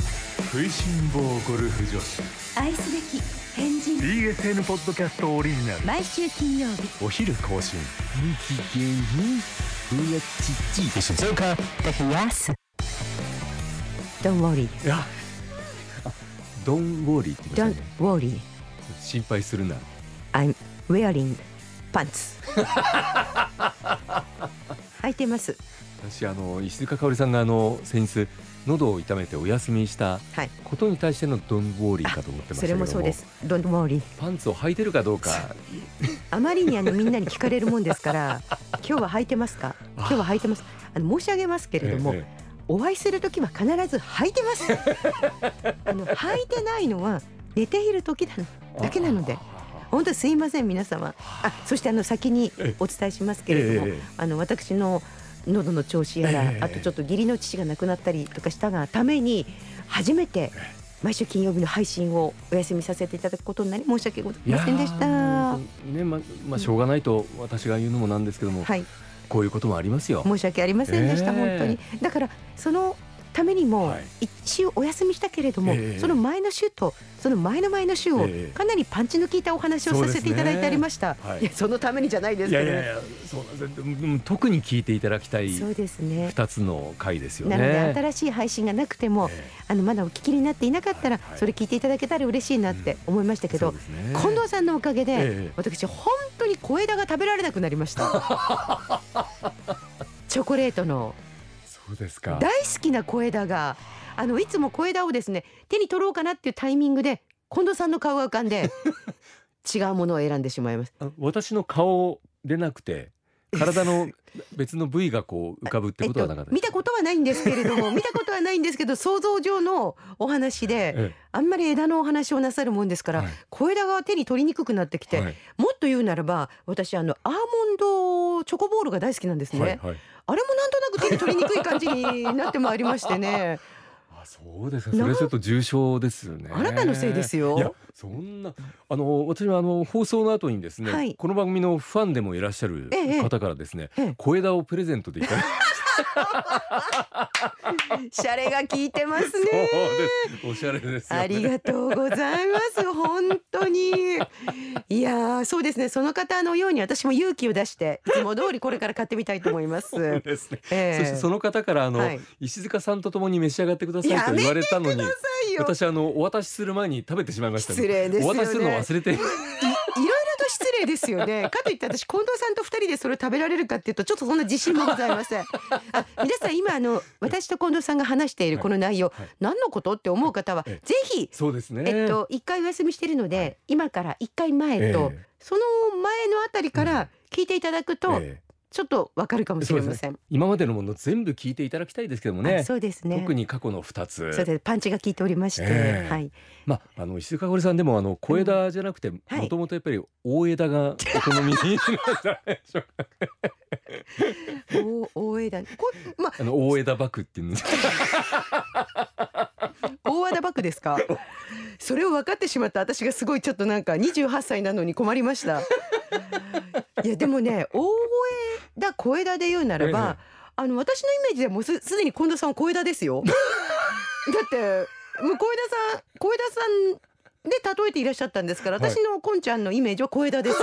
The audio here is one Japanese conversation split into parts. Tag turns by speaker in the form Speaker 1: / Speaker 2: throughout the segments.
Speaker 1: 食いしん坊ゴルフ女子
Speaker 2: 愛すべき変人
Speaker 3: BSN ポッドキャストオリジナル
Speaker 2: 毎週金曜日
Speaker 1: お昼更新
Speaker 2: そうかぜひやす Don't worry
Speaker 1: いやあドン・ウォーリーって言いま
Speaker 2: Don't
Speaker 1: したね
Speaker 2: worry
Speaker 1: 心配するな
Speaker 2: I'm wearing pants 履いてます
Speaker 1: 私あの石塚香織さんがあの先日喉を痛めてお休みした
Speaker 2: はい
Speaker 1: ことに対してのドン・ウォーリーかと思ってました
Speaker 2: そ
Speaker 1: け
Speaker 2: れ
Speaker 1: ど
Speaker 2: も
Speaker 1: も
Speaker 2: そうです Don't worry
Speaker 1: パンツを履いてるかどうか
Speaker 2: あまりにあのみんなに聞かれるもんですから今日は履いてますか今日は履いてますあの申し上げますけれども、
Speaker 1: ええ
Speaker 2: お会いする時は必ず履いてます あの履いてないのは寝ている時だだけなので本当すいません皆様あそしてあの先にお伝えしますけれども、
Speaker 1: ええええ
Speaker 2: あの私の喉の調子やら、
Speaker 1: ええ
Speaker 2: あとちょっと義理の父が亡くなったりとかしたがために初めて毎週金曜日の配信をお休みさせていただくことになり申し訳ござい
Speaker 1: いや
Speaker 2: ませんでした
Speaker 1: ー。ねままあしょうがないと私が言うのもなんですけども、
Speaker 2: はい
Speaker 1: こういうこともありますよ。
Speaker 2: 申し訳ありませんでした、
Speaker 1: ええ
Speaker 2: 本当にだからそのためにも
Speaker 1: はい
Speaker 2: 一週お休みしたけれども、
Speaker 1: ええ
Speaker 2: その前の週とその前の前の週を
Speaker 1: ええ
Speaker 2: かなりパンチの効いたお話を
Speaker 1: そう
Speaker 2: さ
Speaker 1: ですね
Speaker 2: せていただいてありました、
Speaker 1: はい
Speaker 2: いやそのためにじゃないです
Speaker 1: い
Speaker 2: け
Speaker 1: や
Speaker 2: ど
Speaker 1: い
Speaker 2: ね
Speaker 1: やいや、そうなんですよでも特に聞いていただきたい
Speaker 2: そうですね
Speaker 1: 二つの回ですよね。
Speaker 2: なので新しい配信がなくても、
Speaker 1: え
Speaker 2: あのまだお聞きになっていなかったら、
Speaker 1: はいはい
Speaker 2: それ聞いていただけたら嬉しいなって思いました
Speaker 1: え
Speaker 2: けど、
Speaker 1: そうですね
Speaker 2: 近藤さんのおかげで、
Speaker 1: ええ
Speaker 2: 私本当に小枝が食べられなくなりました チョコレートの
Speaker 1: そうですか。
Speaker 2: 大好きな小枝があのいつも小枝をですね手に取ろうかなっていうタイミングで近藤さんの顔が浮か んで違うものを選んでしまいます
Speaker 1: あ私の顔でなくて、体 の別の部位がこう浮かぶってことはなかった
Speaker 2: 見たことはないんですけれど も見たことはないんですけど想像上のお話で
Speaker 1: え
Speaker 2: あんまり枝のお話をなさるもんですから、
Speaker 1: はい
Speaker 2: 小枝が手に取りにくくなってき
Speaker 1: え
Speaker 2: て、もっと言うならば私あのアーモンドチョコボールが大好きなんですね、
Speaker 1: はいはい。
Speaker 2: あれもなんとなく手に取りにくい感じになってまいりまして ね
Speaker 1: あそうですか。それちょっと重症ですよね。
Speaker 2: あなたのせいですよ
Speaker 1: いやそんなあの私はあの放送の後にですね、
Speaker 2: はい
Speaker 1: この番組のファンでもいらっしゃる
Speaker 2: ええ
Speaker 1: 方からですね、
Speaker 2: ええ
Speaker 1: 小枝をプレゼントでいただいて、
Speaker 2: シャレが効いてますね
Speaker 1: そうですおしゃれですよね。
Speaker 2: ありがとうござい ます。本当に。いやー、そうですね。その方のように私も勇気を出して、いつも通りこれから買ってみたいと思いま
Speaker 1: そう
Speaker 2: す。
Speaker 1: ですね。
Speaker 2: え
Speaker 1: そしてそ
Speaker 2: の
Speaker 1: の方からあの、
Speaker 2: はい
Speaker 1: 石塚さんとともに召し上がってくださ
Speaker 2: や
Speaker 1: いと
Speaker 2: めて
Speaker 1: 言われたのに
Speaker 2: いよ。
Speaker 1: 私あのお渡しする前に食べてしまいました、
Speaker 2: 失礼ですよね
Speaker 1: お渡しするの忘れ て
Speaker 2: いいろいろと失礼ですよね。かといって私近藤さんと二人でそれを食べられるかっていうとちょっとそんな自信もございません。あ皆さん今あの私と近藤さんが話しているこの内容、
Speaker 1: はい
Speaker 2: 何のことって思う方は
Speaker 1: え
Speaker 2: ぜひ
Speaker 1: そうですね。
Speaker 2: えっと一回お休みしてるので、今から一回前と、
Speaker 1: ええ
Speaker 2: その前のあたりから聞いていただくと、
Speaker 1: ええ
Speaker 2: ちょっとわかるかもしれません。
Speaker 1: 今までのもの全部聞いていただきたいですけどもね
Speaker 2: あ。そうですね。
Speaker 1: 特に過去の二つ。
Speaker 2: そうですパンチが効いておりまして、
Speaker 1: ええ
Speaker 2: はい。
Speaker 1: まあ、あの石塚香織さんでもあの小枝じゃなくても
Speaker 2: はい
Speaker 1: ともとやっぱり大枝がお好みに
Speaker 2: お大枝こまあ
Speaker 1: あの大枝幕っていうんですか
Speaker 2: 大和田幕ですか。それを分かってしまった私がすごいちょっとなんか28歳なのに困りました。いやでもね大枝小枝で言うならば、あの私のイメージではもうすすでに近藤さんは小枝で すよ。だってもう小枝さん小枝さんで例えていらっしゃったんですから
Speaker 1: はい
Speaker 2: 私のこんちゃんのイメージは小枝 です。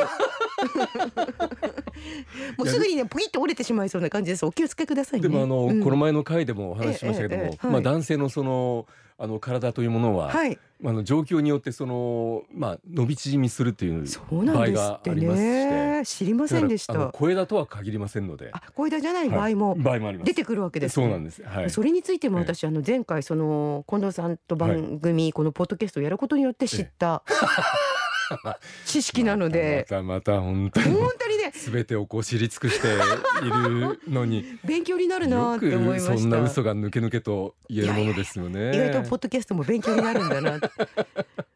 Speaker 2: もうすぐにねポキッと折れてしまいそうな感じです。お気をつけくださいね。
Speaker 1: でもあの、
Speaker 2: うん
Speaker 1: この前の回でもお話ししましたけども、
Speaker 2: ええええはい
Speaker 1: まあ、男性のそのあの体というものは、
Speaker 2: はい。
Speaker 1: まああの状況によってその、まあ、伸び縮みするという
Speaker 2: そうな
Speaker 1: 場合
Speaker 2: んです
Speaker 1: が
Speaker 2: っ
Speaker 1: あ
Speaker 2: て
Speaker 1: りますして
Speaker 2: ね。知りませんでし
Speaker 1: だからあの
Speaker 2: た。
Speaker 1: 小枝とは限りませんので
Speaker 2: あ、小枝じゃない場
Speaker 1: は
Speaker 2: 合
Speaker 1: い
Speaker 2: も
Speaker 1: 場合もあります
Speaker 2: 出てくるわけです
Speaker 1: そ
Speaker 2: ね。
Speaker 1: うなんです、はい、
Speaker 2: それについても
Speaker 1: ええ
Speaker 2: 私あの前回その近藤さんと番組このポッドキャストをやることによって知った 知識なので
Speaker 1: またまたまた本当に
Speaker 2: 本当にね
Speaker 1: 全てをこう知り尽くしているのに
Speaker 2: 勉強になるなって思いま
Speaker 1: よくそんな
Speaker 2: し
Speaker 1: 嘘
Speaker 2: た。
Speaker 1: が抜け抜けと言えるものですよね。
Speaker 2: 意外とポッドキャストも勉強になるんだなって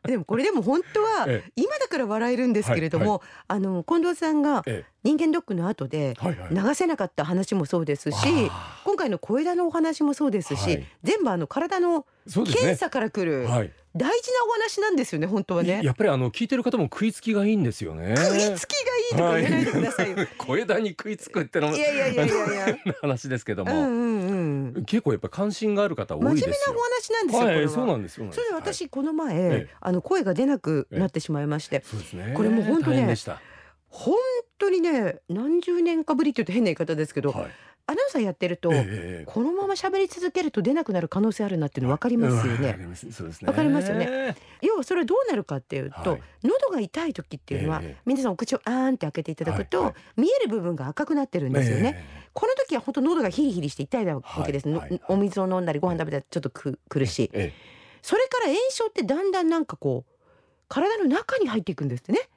Speaker 2: でもこれでも本当は
Speaker 1: え
Speaker 2: 今だから笑えるんですけれども、あの近藤さんが
Speaker 1: え
Speaker 2: 人間ドックの後で
Speaker 1: はいはい。
Speaker 2: 流せなかった話もそうですし、
Speaker 1: あ
Speaker 2: 今回の小枝のお話もそうですし、
Speaker 1: はい
Speaker 2: 全部あの体の
Speaker 1: ーそうです
Speaker 2: 検
Speaker 1: ね。
Speaker 2: 査から来る
Speaker 1: はい。
Speaker 2: 大事なお話なんですよね本当はね
Speaker 1: やっぱりあの聞いてる方も食いつきがいいんですよね。
Speaker 2: 食いつきがいいとか言わないでくださいよ、
Speaker 1: 小枝に食いつくってのも
Speaker 2: い、やいやいやいやいや
Speaker 1: 話ですけど
Speaker 2: うん
Speaker 1: も。
Speaker 2: うんうんん
Speaker 1: 結構やっぱ関心がある方多
Speaker 2: 真面
Speaker 1: い
Speaker 2: 目
Speaker 1: で
Speaker 2: な
Speaker 1: すよ
Speaker 2: お話なんですよ、
Speaker 1: はい、
Speaker 2: こ
Speaker 1: そ
Speaker 2: れ
Speaker 1: う
Speaker 2: は
Speaker 1: なんですよ
Speaker 2: それで私この前、
Speaker 1: ええ
Speaker 2: あの声が出なくなってしまいまして、
Speaker 1: そうですね
Speaker 2: これもう本当ね
Speaker 1: 大変でした
Speaker 2: 本当にね何十年かぶりって言うと変な言い方ですけど、
Speaker 1: はい
Speaker 2: アナウンサーやってると、
Speaker 1: ええええ
Speaker 2: このまま喋り続けると出なくなる可能性あるなっていうの分かりますよ
Speaker 1: うんわか
Speaker 2: ね。
Speaker 1: りますそうですね
Speaker 2: わかりますよね要はそれはどうなるかっていうと、
Speaker 1: はい
Speaker 2: 喉が痛い時っていうのは、
Speaker 1: ええ
Speaker 2: 皆さんお口をあーんって開けていただくと、
Speaker 1: はいはい
Speaker 2: 見える部分が赤くなってるんですよね。
Speaker 1: え
Speaker 2: この時は本当喉がヒリヒリして痛いわけです、
Speaker 1: はいはいはい
Speaker 2: お水を飲んだりご飯食べたらちょっとく苦しい
Speaker 1: えええ
Speaker 2: それから炎症ってだんだんなんかこう体の中に入っていくんですってね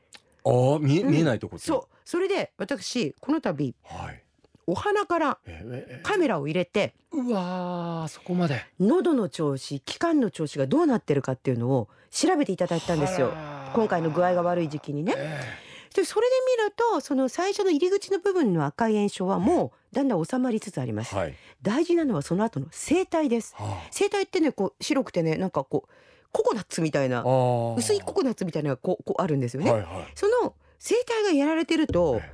Speaker 1: ああ見え
Speaker 2: うん
Speaker 1: 見えないとこって
Speaker 2: そうそれで私この度
Speaker 1: はい
Speaker 2: お鼻から
Speaker 1: ええええ
Speaker 2: カメラを入れて
Speaker 1: うわーそこまで
Speaker 2: 喉の調子気管の調子がどうなってるかっていうのを調べていただいたんですよ
Speaker 1: あら
Speaker 2: 今回の具合が悪い時期にね
Speaker 1: え
Speaker 2: でそれで見るとその最初の入り口の部分の赤い炎症はもうだんだん収まりつつありま
Speaker 1: え
Speaker 2: す、
Speaker 1: はい
Speaker 2: 大事なのはその後の声帯です
Speaker 1: は
Speaker 2: 声帯ってねこう白くてねなんかこうココナッツみたいな
Speaker 1: ああー
Speaker 2: 薄いココナッツみたいなのがこうこうあるんですよね、
Speaker 1: はいはい
Speaker 2: その声帯がやられてると
Speaker 1: え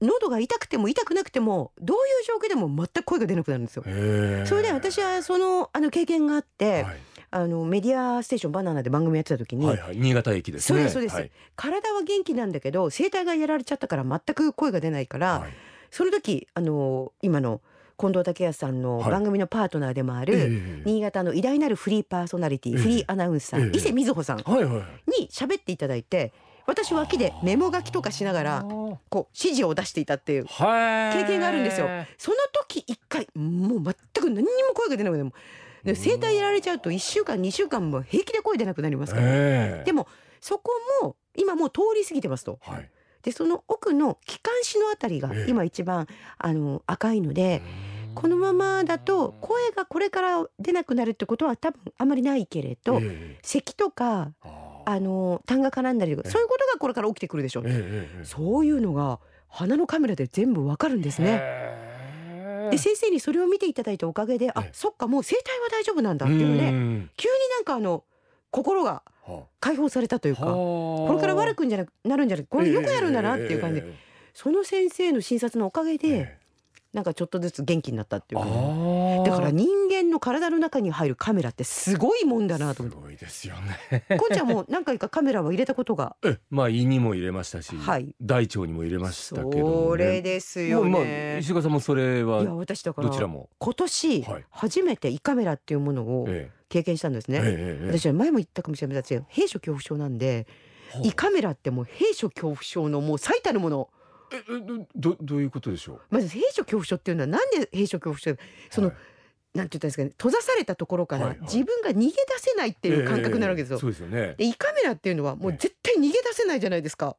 Speaker 2: 喉が痛くても痛くなくてもどういう状況でも全く声が出なくなるんですよ。
Speaker 1: ええ
Speaker 2: それで私はそのあの経験があって、
Speaker 1: はい
Speaker 2: あのメディアステーションバナナで番組やってた時に、
Speaker 1: はいはい新潟駅ですね
Speaker 2: そうですそうです
Speaker 1: はい
Speaker 2: 体は元気なんだけど声帯がやられちゃったから全く声が出ないから、
Speaker 1: はい
Speaker 2: その時あの今の近藤武康さんの
Speaker 1: はい
Speaker 2: 番組のパートナーでもある、
Speaker 1: ええ
Speaker 2: 新潟の偉大なるフリーパーソナリティ、
Speaker 1: ええ
Speaker 2: フリーアナウンサー、
Speaker 1: ええ
Speaker 2: 伊勢瑞穂さん
Speaker 1: はいはい
Speaker 2: に喋っていただいて私脇でメモ書きとかしながら
Speaker 1: は
Speaker 2: こう指示を出していたっていう
Speaker 1: い
Speaker 2: 経験があるんですよその時一回もう全く何にも声が出なくてもで声帯やられちゃうと1週間2週間も平気で声出なくなりますから、
Speaker 1: ええ
Speaker 2: でもそこも今もう通り過ぎてますと
Speaker 1: はい
Speaker 2: でその奥の気管支のあたりが
Speaker 1: ええ
Speaker 2: 今一番、あの赤いのでこのままだと声がこれから出なくなるってことは多分あまりないけれど、
Speaker 1: ええ
Speaker 2: 咳とか
Speaker 1: あー
Speaker 2: あの痰が絡んだりと
Speaker 1: え
Speaker 2: か
Speaker 1: え
Speaker 2: そういうことがこれから起きてくるでしょう、
Speaker 1: ええええ
Speaker 2: そういうのが鼻のカメラで全部わかるんですね。
Speaker 1: ね
Speaker 2: で先生にそれを見ていただいたおかげで、あ
Speaker 1: ええ
Speaker 2: そっかもう声帯は大丈夫なんだっていうね
Speaker 1: ね。
Speaker 2: 急になんかあの心が
Speaker 1: は
Speaker 2: 解放されたというかこれから悪
Speaker 1: く
Speaker 2: くんじゃなくなるんじゃなくこれよくやるんだなっていう感じで、その先生の診察のおかげで、なんかちょっとずつ元気になったっていう
Speaker 1: あ
Speaker 2: か
Speaker 1: ー
Speaker 2: だから人間の体の中に入るカメラってすごいもんだなと思っ
Speaker 1: す
Speaker 2: て
Speaker 1: ごいですよね。
Speaker 2: こんちゃんも何回かカメラは入れたこ とが
Speaker 1: まあ胃にも入れましたし、
Speaker 2: はい
Speaker 1: 大腸にも入れましたけどもね。
Speaker 2: それです
Speaker 1: も
Speaker 2: よ
Speaker 1: うまあ
Speaker 2: ね
Speaker 1: 石。川さんもそれ
Speaker 2: いや
Speaker 1: は
Speaker 2: 私だか
Speaker 1: ど
Speaker 2: ら
Speaker 1: ちらも。
Speaker 2: 今年
Speaker 1: はい
Speaker 2: 初めて胃カメラっていうものを
Speaker 1: え
Speaker 2: 経験したんです
Speaker 1: え
Speaker 2: ね。
Speaker 1: ええええ
Speaker 2: 私は前も言ったかもしれませんが閉所恐怖症なんで
Speaker 1: ほう
Speaker 2: 胃カメラってもう閉所恐怖症のもう最たるもの
Speaker 1: ええどどういうことでしょう。
Speaker 2: まず閉所恐怖症っていうのはなんで閉所恐怖症その、
Speaker 1: はい
Speaker 2: なんて言ったんですかね閉ざされたところか
Speaker 1: は
Speaker 2: ら
Speaker 1: いはい
Speaker 2: 自分が逃げ出せないっていう感覚になるわけですよ。
Speaker 1: そうですよね。
Speaker 2: で胃カメラっていうのはもう絶対逃げ出せないじゃないですか、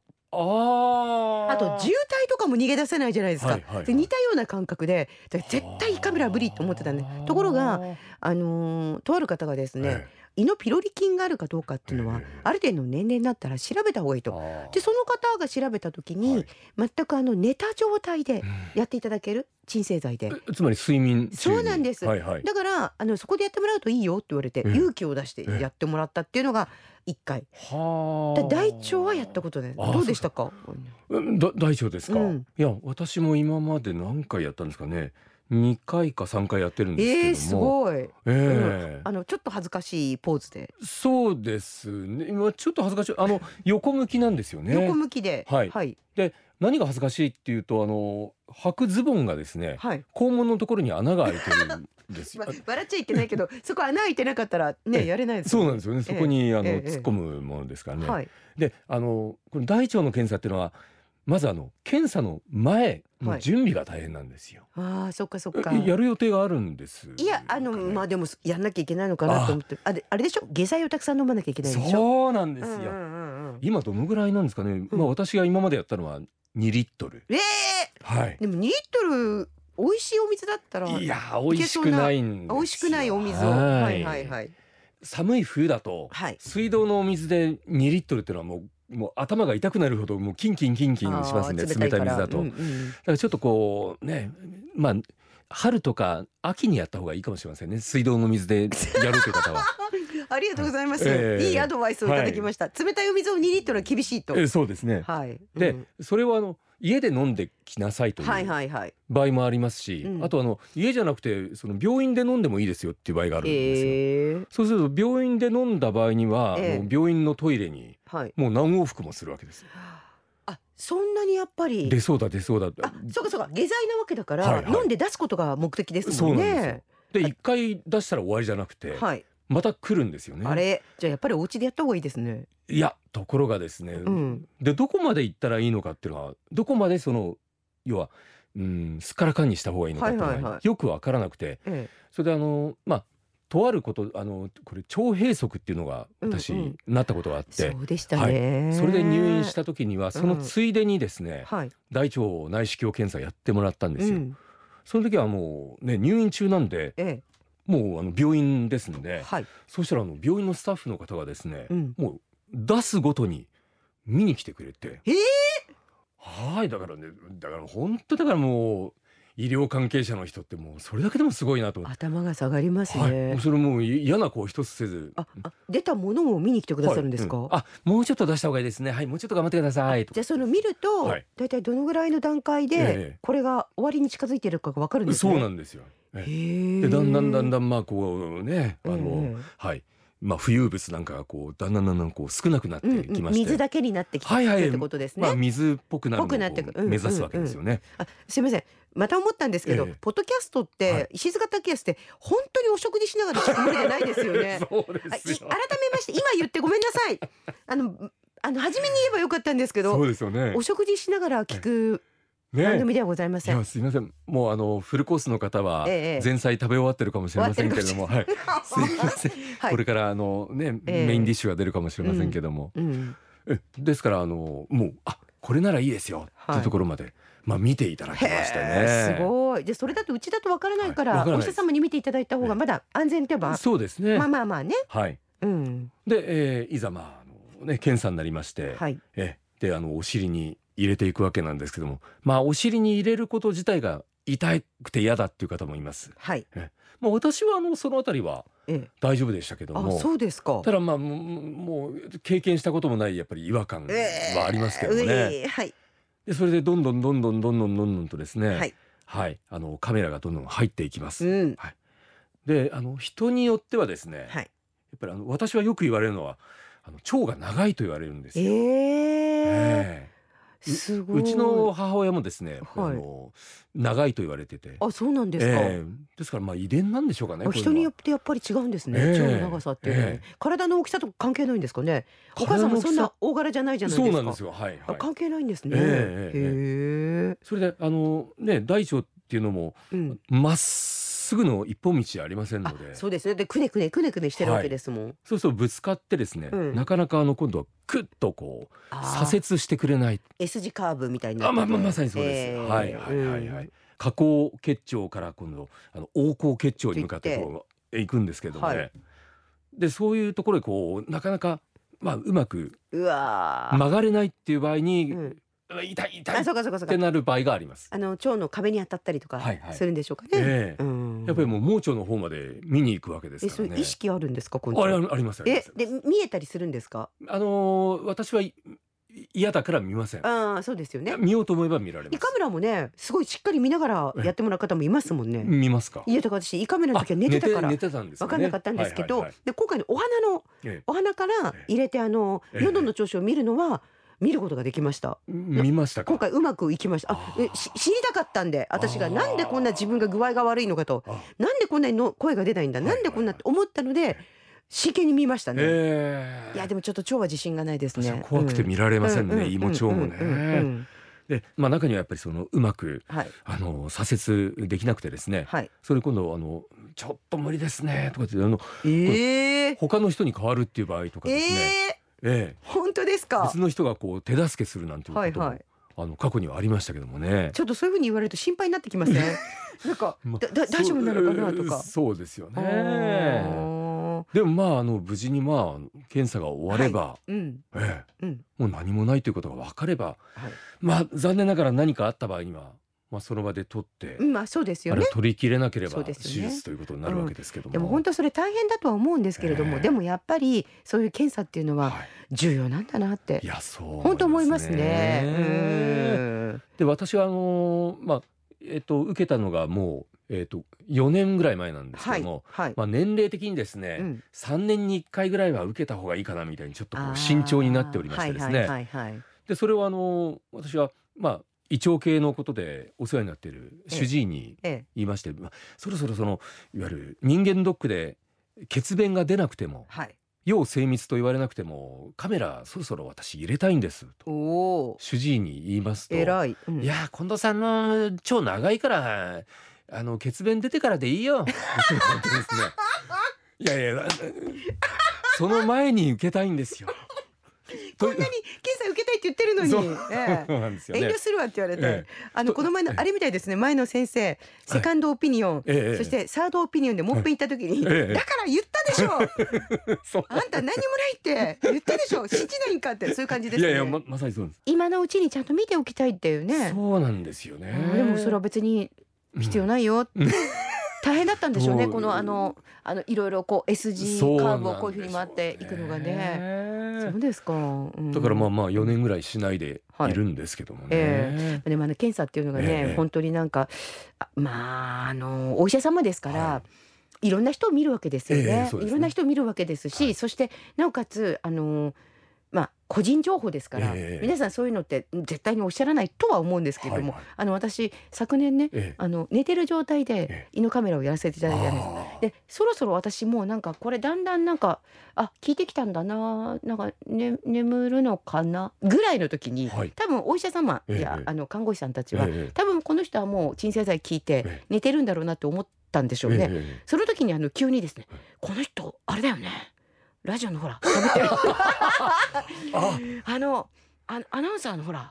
Speaker 1: ああ。
Speaker 2: あと渋滞とかも逃げ出せないじゃないですか、
Speaker 1: はいはいはい
Speaker 2: で似たような感覚でだから絶対胃カメラは無理と思ってたんでところが、あのーとある方がですね、
Speaker 1: え
Speaker 2: 胃のピロリ菌があるかどうかっていうのは、
Speaker 1: ええ
Speaker 2: ある程度の年齢になったら調べた方がいい
Speaker 1: え
Speaker 2: と。
Speaker 1: あー
Speaker 2: でその方が調べた時
Speaker 1: は
Speaker 2: に
Speaker 1: い、
Speaker 2: 全くあの寝た状態で
Speaker 1: うん
Speaker 2: やっていただける鎮静剤で
Speaker 1: えつまり睡眠中に
Speaker 2: そうなんです
Speaker 1: はいはい。
Speaker 2: だからあのそこでやってもらうといいよって言われて
Speaker 1: ええ
Speaker 2: 勇気を出してやってもらったっていうのが1回
Speaker 1: は
Speaker 2: だから大腸はやったことない
Speaker 1: あー
Speaker 2: どうでしたか
Speaker 1: うんだ大腸ですか、
Speaker 2: うん
Speaker 1: いや私も今まで何回やったんですかね2回か3回やってるん
Speaker 2: えー、
Speaker 1: ですけ
Speaker 2: す
Speaker 1: ども、
Speaker 2: ごい
Speaker 1: ええ
Speaker 2: あのちょっと恥ずかしいポーズで
Speaker 1: そうですね今ちょっと恥ずかしいあの横向きなんですよね
Speaker 2: 横向きでは
Speaker 1: はいい
Speaker 2: はい
Speaker 1: 何が恥ずかしいっていうとあの履くズボンがですね肛門のところに穴が開いてるんですよ
Speaker 2: ま笑っちゃいけな いけどそこ穴開いてなかったら
Speaker 1: え
Speaker 2: ね
Speaker 1: え
Speaker 2: やれないです
Speaker 1: そうなん
Speaker 2: で
Speaker 1: ですよねそこにあの、
Speaker 2: ええ
Speaker 1: 突っ込むものですからね、
Speaker 2: はい
Speaker 1: であのこの大腸の検査っていうのはまずあの検査の前の準備が大変なんですよ、
Speaker 2: ああそっかそっ
Speaker 1: え
Speaker 2: か
Speaker 1: やる予定があるんです
Speaker 2: いやあの
Speaker 1: かね
Speaker 2: まあでもやんなきゃいけないのかなと思ってあれあれでしょ下剤をたくさん飲まなきゃいけないでしょ
Speaker 1: そうなんですよ、
Speaker 2: うんうんうんうん
Speaker 1: 今どのぐらいなんですかね、
Speaker 2: うん
Speaker 1: まあ私が今までやったのは2リットル
Speaker 2: ええ
Speaker 1: はい
Speaker 2: でも2リットル美味しいお水だったら
Speaker 1: い
Speaker 2: 美
Speaker 1: やー美味しくないんですよ
Speaker 2: 味しくないお水を
Speaker 1: はい
Speaker 2: はいはいはい
Speaker 1: 寒い冬だと
Speaker 2: はい
Speaker 1: 水道のお水で2リットルっていうのはもうもう頭が痛くなるほどもうキンキンキンキンしますね
Speaker 2: あー
Speaker 1: 冷たい水だと、
Speaker 2: うんう
Speaker 1: だ
Speaker 2: ん
Speaker 1: からちょっとこうねまあ春とか秋にやった方がいいかもしれませんね水道の水でやるという方 は
Speaker 2: ありがとうございます
Speaker 1: ええ
Speaker 2: いいアドバイスをいただきました冷たいお水を2リットルは厳しいと
Speaker 1: えそうですね
Speaker 2: はい
Speaker 1: で、
Speaker 2: うん
Speaker 1: それはあの家で飲んできなさいとい
Speaker 2: はいは
Speaker 1: う
Speaker 2: いはい。
Speaker 1: 場合もありますし、
Speaker 2: うん
Speaker 1: あとあの家じゃなくてその病院で飲んでもいいですよっていう場合があるんですよ。
Speaker 2: ええ
Speaker 1: そうすると病院で飲んだ場合には、
Speaker 2: ええ
Speaker 1: もう病院のトイレに
Speaker 2: はい。
Speaker 1: もう何往復もするわけですよ。
Speaker 2: あ、そんなにやっぱり。
Speaker 1: 出そうだ出そうだ
Speaker 2: あ、そうかそうか。下剤なわけだから、
Speaker 1: はいはい
Speaker 2: 飲んで出すことが目的です
Speaker 1: そ
Speaker 2: も
Speaker 1: うんなんですよ
Speaker 2: ね。。
Speaker 1: で一回出したら終わりじゃなくて、
Speaker 2: はい。
Speaker 1: また来るんですよね。
Speaker 2: あれ、じゃあやっぱりお家でやった方がいいですね。
Speaker 1: いやところがですね、
Speaker 2: うん。
Speaker 1: でどこまで行ったらいいのかっていうのはどこまでその要はうんすっからかんにした方がいいのかっていうの
Speaker 2: はいはい
Speaker 1: が
Speaker 2: は
Speaker 1: よくわからなくて
Speaker 2: え
Speaker 1: それであのまあとあることあのこれ腸閉塞っていうのが私、
Speaker 2: うんうん
Speaker 1: なったことがあっ
Speaker 2: え、
Speaker 1: て
Speaker 2: そうでしたね、
Speaker 1: それで入院した時にはその
Speaker 2: うん
Speaker 1: ついでにですね、
Speaker 2: はい。
Speaker 1: 大腸内視鏡検査やってもらったんですよ、
Speaker 2: うん。
Speaker 1: その時はもうね入院中なんで
Speaker 2: え
Speaker 1: もうあの病院ですの
Speaker 2: え。
Speaker 1: で
Speaker 2: はい。
Speaker 1: そうしたらあの病院のスタッフの方がですね、
Speaker 2: うん。
Speaker 1: もう出すごとに見に来てくれて。
Speaker 2: えー
Speaker 1: はいだからねだから本当だからもう医療関係者の人ってもうそれだけでもすごいなと思って。
Speaker 2: 頭が下がります
Speaker 1: はい、
Speaker 2: ね。
Speaker 1: もうそれもう嫌な子一つせず。
Speaker 2: あ、あ、出たものを見に来てくださるんですか。
Speaker 1: はいうんあ、もうちょっと出した方がいいですね。はい、もうちょっと頑張ってください。と
Speaker 2: じゃあその見ると、
Speaker 1: はい
Speaker 2: だいたいどのぐらいの段
Speaker 1: え
Speaker 2: 階で
Speaker 1: え
Speaker 2: これが終わりに近づいてるかがわかるんですね。
Speaker 1: そうなんんですよ。ええ
Speaker 2: で
Speaker 1: で、だんだんだん
Speaker 2: だん
Speaker 1: だんまあこうね、あの、
Speaker 2: ええ
Speaker 1: はい、まあ浮遊物なんかがこうだんだんだんだんこう少なくなってきまして、
Speaker 2: 水だけになってきて
Speaker 1: はいはい
Speaker 2: ってことですね。
Speaker 1: まあ水っぽくなるのを
Speaker 2: ぽくなってく
Speaker 1: こう
Speaker 2: うん
Speaker 1: 目指すわけですよね。
Speaker 2: あすいませんまた思ったんですけど、
Speaker 1: ええ
Speaker 2: ポッドキャストって、
Speaker 1: はい
Speaker 2: 石塚拓也って本当にお食事しながら聞くものじゃないですよね。
Speaker 1: そう
Speaker 2: あ
Speaker 1: で
Speaker 2: い
Speaker 1: すよ
Speaker 2: 改め。まして今言ってごめんなさい。あのあの初めに言えばよかったんですけ
Speaker 1: そ
Speaker 2: ど、
Speaker 1: うですよね
Speaker 2: お。食事しながら聞く
Speaker 1: ね
Speaker 2: 番組ではございま
Speaker 1: い
Speaker 2: せん。
Speaker 1: やすいませんもうあのフルコースの方は
Speaker 2: ええ
Speaker 1: 前菜食べ終わってるかもしれませんけれども、はい、すいません、
Speaker 2: はい
Speaker 1: これからあのね、
Speaker 2: ええ
Speaker 1: メインディッシュが出るかもしれませんけども、
Speaker 2: うん、
Speaker 1: えですからあのもうあこれならいいですよっていうところまで、まあ見ていただきましたね
Speaker 2: へー。すごい。でそれだとうちだとわからないから,、
Speaker 1: はいわから
Speaker 2: お
Speaker 1: な
Speaker 2: 医
Speaker 1: い
Speaker 2: 者様に見ていただいた方がまだ安全といえば、
Speaker 1: そうですね。
Speaker 2: まあまあまあね。
Speaker 1: はい。
Speaker 2: うん。
Speaker 1: で、えーいざまああのね検査になりまして、
Speaker 2: はい。
Speaker 1: えであのお尻に入れていくわけなんですけども、まあお尻に入れること自体が痛くて嫌だっていう方もいます。
Speaker 2: はい。
Speaker 1: まあ私はあのそのあたりは
Speaker 2: ええ、
Speaker 1: 大丈夫でしたけど
Speaker 2: あ
Speaker 1: も。
Speaker 2: そうですか。
Speaker 1: ただまあもうもう経験したこともないやっぱり違和感
Speaker 2: ええ
Speaker 1: はありますけどね、
Speaker 2: ええはい。
Speaker 1: でそれでどんどんどんどんどんどんどんどんとですね
Speaker 2: はい、
Speaker 1: はいあのカメラがどんどん入っていきます、
Speaker 2: うん。
Speaker 1: であの人によってはですね、
Speaker 2: は
Speaker 1: や
Speaker 2: い。
Speaker 1: っぱりあの私はよく言われるのはあの腸が長いと言われるんです
Speaker 2: え
Speaker 1: よ、え
Speaker 2: え
Speaker 1: え
Speaker 2: すごい。
Speaker 1: うちの母親もですね、
Speaker 2: はい
Speaker 1: あの長いと言われてて
Speaker 2: あそうなんですか。
Speaker 1: ええですからまあ遺伝なんでしょうかね
Speaker 2: あ人によっててやっぱり違うんですね。
Speaker 1: ええ
Speaker 2: 腸の長さっていうのはね
Speaker 1: え
Speaker 2: 体の大きさとか関係ないんですかね。お母さんもそんな大柄じゃないじゃないです
Speaker 1: そう
Speaker 2: か。
Speaker 1: なんですよはい、は
Speaker 2: あ
Speaker 1: い、
Speaker 2: 関係ないんですね。
Speaker 1: ええええ
Speaker 2: へえ。
Speaker 1: それであのね大腸っていうのも
Speaker 2: うん。
Speaker 1: まっすぐの一本道ありませんの
Speaker 2: あ
Speaker 1: でそ
Speaker 2: そううですね。でくねくねくねくねしてるわけですもん。
Speaker 1: するとぶつかってですね、
Speaker 2: うん
Speaker 1: なかなかあの今度はクッとこう
Speaker 2: あ
Speaker 1: 左
Speaker 2: ー
Speaker 1: 折してくれない
Speaker 2: S 字カーブみたいにな
Speaker 1: あ
Speaker 2: ってて。
Speaker 1: まあまあまさにそうです、
Speaker 2: ええ
Speaker 1: はいはいはいはい、
Speaker 2: うん
Speaker 1: 下行結腸から今度あの横行結腸に向かって
Speaker 2: 行って
Speaker 1: こう行くんですけどもね、
Speaker 2: はい
Speaker 1: でそういうところでこうなかなかまあうまく
Speaker 2: うわー。
Speaker 1: 曲がれないっていう場合に、
Speaker 2: うん。
Speaker 1: あ痛い痛い
Speaker 2: あ
Speaker 1: っ
Speaker 2: そうかそうかそう
Speaker 1: て
Speaker 2: か。
Speaker 1: なる場合があります。
Speaker 2: あの腸の壁に当たったりとか
Speaker 1: はいはい
Speaker 2: するんでしょうかね。
Speaker 1: ええ
Speaker 2: うん。
Speaker 1: やっぱりもう盲腸の方まで見に行くわけです
Speaker 2: え
Speaker 1: か
Speaker 2: そう
Speaker 1: らね。
Speaker 2: いう意識あるんですか今
Speaker 1: あれありますありま
Speaker 2: え
Speaker 1: す。
Speaker 2: で見えたりするんですか。
Speaker 1: あのー私はい嫌だから見ません。
Speaker 2: ああそうですよね。
Speaker 1: 見ようと思えば見られ
Speaker 2: 胃
Speaker 1: ま
Speaker 2: カ
Speaker 1: す。
Speaker 2: メラもねすごいしっかり見ながらやってもらう方もいますもんね。
Speaker 1: 見ますか。
Speaker 2: いやだから私胃カメラの時は寝てたから
Speaker 1: 寝てたんですよね。
Speaker 2: 分かんなかったんですけど、
Speaker 1: はいはいはい
Speaker 2: で今回のお花の
Speaker 1: え
Speaker 2: お花から入れてあの
Speaker 1: ええ
Speaker 2: 喉の調子を見るのは見ることができました。
Speaker 1: え見ましたか。
Speaker 2: 今回うまくいきました。
Speaker 1: あ
Speaker 2: あ
Speaker 1: ー
Speaker 2: えし知りたかったんで私が
Speaker 1: あー
Speaker 2: なんでこんな自分が具合が悪いのかと
Speaker 1: あ
Speaker 2: なんでこんなにの声が出ないんだ
Speaker 1: はいは
Speaker 2: ないんでこんなって思ったので真剣に見ましたね。
Speaker 1: ええ
Speaker 2: いやでもちょっと腸は自信がないです
Speaker 1: 私は
Speaker 2: ね。
Speaker 1: 怖くて見られません
Speaker 2: ううう
Speaker 1: ね。胃も腸も
Speaker 2: うんうんう
Speaker 1: ね。
Speaker 2: ん
Speaker 1: で、まあ中にはやっぱりそのうまく
Speaker 2: はい
Speaker 1: あの左折できなくてですね。
Speaker 2: はい。
Speaker 1: それ今度あのちょっと無理ですねとかってあの
Speaker 2: ええ
Speaker 1: 他の人に変わるっていう場合とか
Speaker 2: え
Speaker 1: ですね。
Speaker 2: え
Speaker 1: ええ
Speaker 2: 本当ですか
Speaker 1: 別。の人がこう手助けするなんていうこ
Speaker 2: はい
Speaker 1: とも
Speaker 2: はい。
Speaker 1: あの過去にはありましたけどもね。
Speaker 2: ちょっとそういうふうに言われると心配になってきま せん。なんか、
Speaker 1: ま
Speaker 2: だだ大丈夫なのかなとか。
Speaker 1: そうそうですよ
Speaker 2: あ
Speaker 1: ね。
Speaker 2: ー
Speaker 1: でもまああの無事にまあ検査が終われば、
Speaker 2: うん
Speaker 1: ええ
Speaker 2: うん
Speaker 1: もう何もないということが分かれば、
Speaker 2: はい
Speaker 1: まあ残念ながら何かあった場合にはまあ、その場で取って、
Speaker 2: うんまあそうですよ
Speaker 1: あれ
Speaker 2: ね
Speaker 1: を取り切れなけれ
Speaker 2: そ
Speaker 1: ば
Speaker 2: う
Speaker 1: 手
Speaker 2: ですよね
Speaker 1: 術ということになるわけですけども。
Speaker 2: でも本当それ大変だとは思うんですけれど
Speaker 1: え
Speaker 2: も、
Speaker 1: え
Speaker 2: でもやっぱりそういう検査っていうのは
Speaker 1: はい、
Speaker 2: 重要なんだなって
Speaker 1: いやそう思いますね
Speaker 2: 本当思いますね。うん
Speaker 1: で私はあのーまあえっと受けたのがもうえっと4年ぐらい前なんですけ
Speaker 2: は
Speaker 1: ど
Speaker 2: い
Speaker 1: も、
Speaker 2: はい。
Speaker 1: まあ年齢的にですね、
Speaker 2: うん
Speaker 1: 3年に1回ぐらいは受けた方がいいかなみたいにちょっとこう慎重になっておりましてですね、
Speaker 2: あーはいはいはいはい
Speaker 1: でそれをあの私はまあ胃腸系のことでお世話になっている主治医に
Speaker 2: ええ
Speaker 1: 言いまして、まあ、そろそろそのいわゆる人間ドックで血便が出なくても
Speaker 2: はい。
Speaker 1: 要精密と言われなくてもカメラそろそろ私入れたいんですと
Speaker 2: おお
Speaker 1: 主治医に言いますと
Speaker 2: ー。偉い。うん
Speaker 1: いやー近藤さんの腸長いからあの血便出てからでいいよ。 って言われてですねいやいやだその前に受けたいんですよ。
Speaker 2: こんなに検査受けたいって言ってるの
Speaker 1: そ
Speaker 2: に
Speaker 1: う。
Speaker 2: ええ
Speaker 1: そうなんですよ
Speaker 2: 遠
Speaker 1: ね
Speaker 2: 慮。するわって言われて、
Speaker 1: え
Speaker 2: あの
Speaker 1: と
Speaker 2: この前の
Speaker 1: ええ
Speaker 2: あれみたいですね前の先生セカンドオピニオン、
Speaker 1: えええ
Speaker 2: そしてサードオピニオンでもう一遍行った時に、
Speaker 1: ええ
Speaker 2: だから言ったでしょ
Speaker 1: そう
Speaker 2: あんた何もないって言ったでしょ信じないんかってそういう感じです
Speaker 1: い
Speaker 2: ね
Speaker 1: やいやままさにそうです、
Speaker 2: 今のうちにちゃんと見ておきたいっていうね
Speaker 1: そうなんですよね
Speaker 2: うん。でもそれは別に必要
Speaker 1: な
Speaker 2: ないよ、
Speaker 1: うん
Speaker 2: 大変だったんでしょうね
Speaker 1: そう
Speaker 2: このあのあのいろいろこう S 字カーブをこういうふうに回っていくのがねそうですか、うん
Speaker 1: だからまあまあ4年ぐらいしないでいるんですけどもね。
Speaker 2: えでもあの検査っていうのがね、
Speaker 1: ええ
Speaker 2: 本当になんかあまああのお医者様ですから、、
Speaker 1: はい
Speaker 2: ろんな人を見るわけですよね,、
Speaker 1: ええそうですね
Speaker 2: いろんな人を見るわけですし、
Speaker 1: はい
Speaker 2: そしてなおかつあのまあ個人情報ですから、
Speaker 1: ええ
Speaker 2: 皆さんそういうのって絶対におっしゃらないとは思うんですけれども、
Speaker 1: はいはい
Speaker 2: あの私昨年ね
Speaker 1: え
Speaker 2: あの寝てる状態
Speaker 1: え
Speaker 2: で胃のカメラをやらせてい
Speaker 1: え
Speaker 2: ただいたんです。
Speaker 1: あー
Speaker 2: でそろそろ私もうなんかこれだんだんなんかあ聞いてきたんだななんか、ね、眠るのかなぐらいの時に、
Speaker 1: はい
Speaker 2: 多分お医者様
Speaker 1: ええ
Speaker 2: や、
Speaker 1: ええ
Speaker 2: あの看護師さんたちは、
Speaker 1: え
Speaker 2: 多分この人はもう鎮静剤効い
Speaker 1: え
Speaker 2: て寝てるんだろうなって思ったんでしょうね。
Speaker 1: ええ
Speaker 2: その時にあの急にですね
Speaker 1: はい
Speaker 2: 「この人あれだよねラジオのほら喋ってる
Speaker 1: あ
Speaker 2: あのあアナウンサーのほら」っ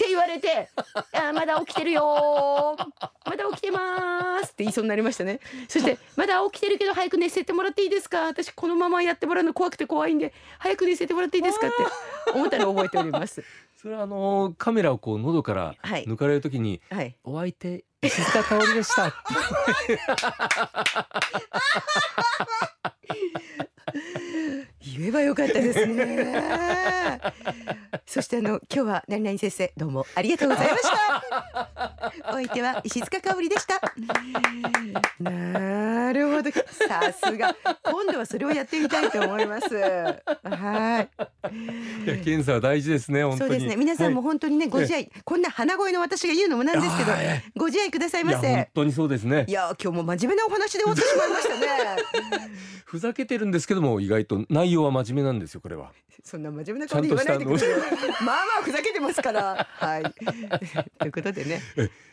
Speaker 2: て言われて「あーまだ起きてるよーまだ起きてます」って言いそうになりましたねそして「まだ起きてるけど早く寝せてもらっていいですか私このままやってもらうの怖くて怖いんで早く寝せてもらっていいですか?」って思ったのを覚えております。
Speaker 1: それはあのーカメラをこう喉から
Speaker 2: はい
Speaker 1: 抜かれるときに、
Speaker 2: はい
Speaker 1: お相手石塚香織で した。
Speaker 2: 言えばよかったで すね。そしてあの今日は何々先生どうもありがとうございました。お相手は石塚香織でした。なるほど、さすが。今度はそれをやってみたいと思います。はい。
Speaker 1: いや検査は大事ですね本当
Speaker 2: そ
Speaker 1: に。
Speaker 2: うですね。皆さんも
Speaker 1: はい
Speaker 2: 本当にね、ご自愛、こんな鼻声の私が言うのもなんですけど
Speaker 1: あーいやい、
Speaker 2: ご自愛ください
Speaker 1: いや
Speaker 2: ま
Speaker 1: 本
Speaker 2: せ。
Speaker 1: 当にそうですね
Speaker 2: い。や今日も真面目なお話で終わってしまいましたね。
Speaker 1: ふざけてるんですけども意外と内容は真面目なんですよこれは。
Speaker 2: そんな真面目な顔で言わないでくださいよ。まあまあふざけてますから。はい。 ということでね。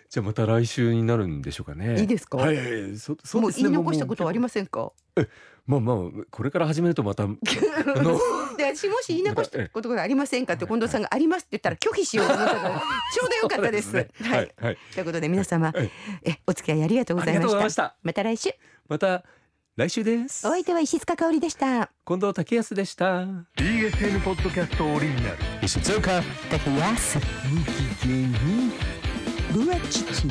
Speaker 1: じゃあまた来週になるんでしょうかね。
Speaker 2: いいですか
Speaker 1: はいはいはいそそう
Speaker 2: も
Speaker 1: で
Speaker 2: う
Speaker 1: す
Speaker 2: 言
Speaker 1: ね。
Speaker 2: い残したことはあり
Speaker 1: ま
Speaker 2: ませんか。
Speaker 1: まあまあこれから始めるとまたあの
Speaker 2: で、私もし言い残したことがありませんかって近藤さんがありますって言ったら拒否しようと思ったので、 ちょうどよかったです。
Speaker 1: ね
Speaker 2: は
Speaker 1: はいい。はい。
Speaker 2: ということで皆様
Speaker 1: はい、
Speaker 2: えお付き合いありがとうご
Speaker 1: あ
Speaker 2: ざ
Speaker 1: り
Speaker 2: い
Speaker 1: が
Speaker 2: ま
Speaker 1: とうございま
Speaker 2: し。
Speaker 1: したた。
Speaker 2: また来週。
Speaker 1: また来週です
Speaker 2: お。相手は石塚香織でした。
Speaker 1: 近藤武康でした。
Speaker 3: DSN ポッドキャストオリジナル
Speaker 1: 石塚
Speaker 2: 竹安。
Speaker 3: 無期限に
Speaker 2: ブワチチ。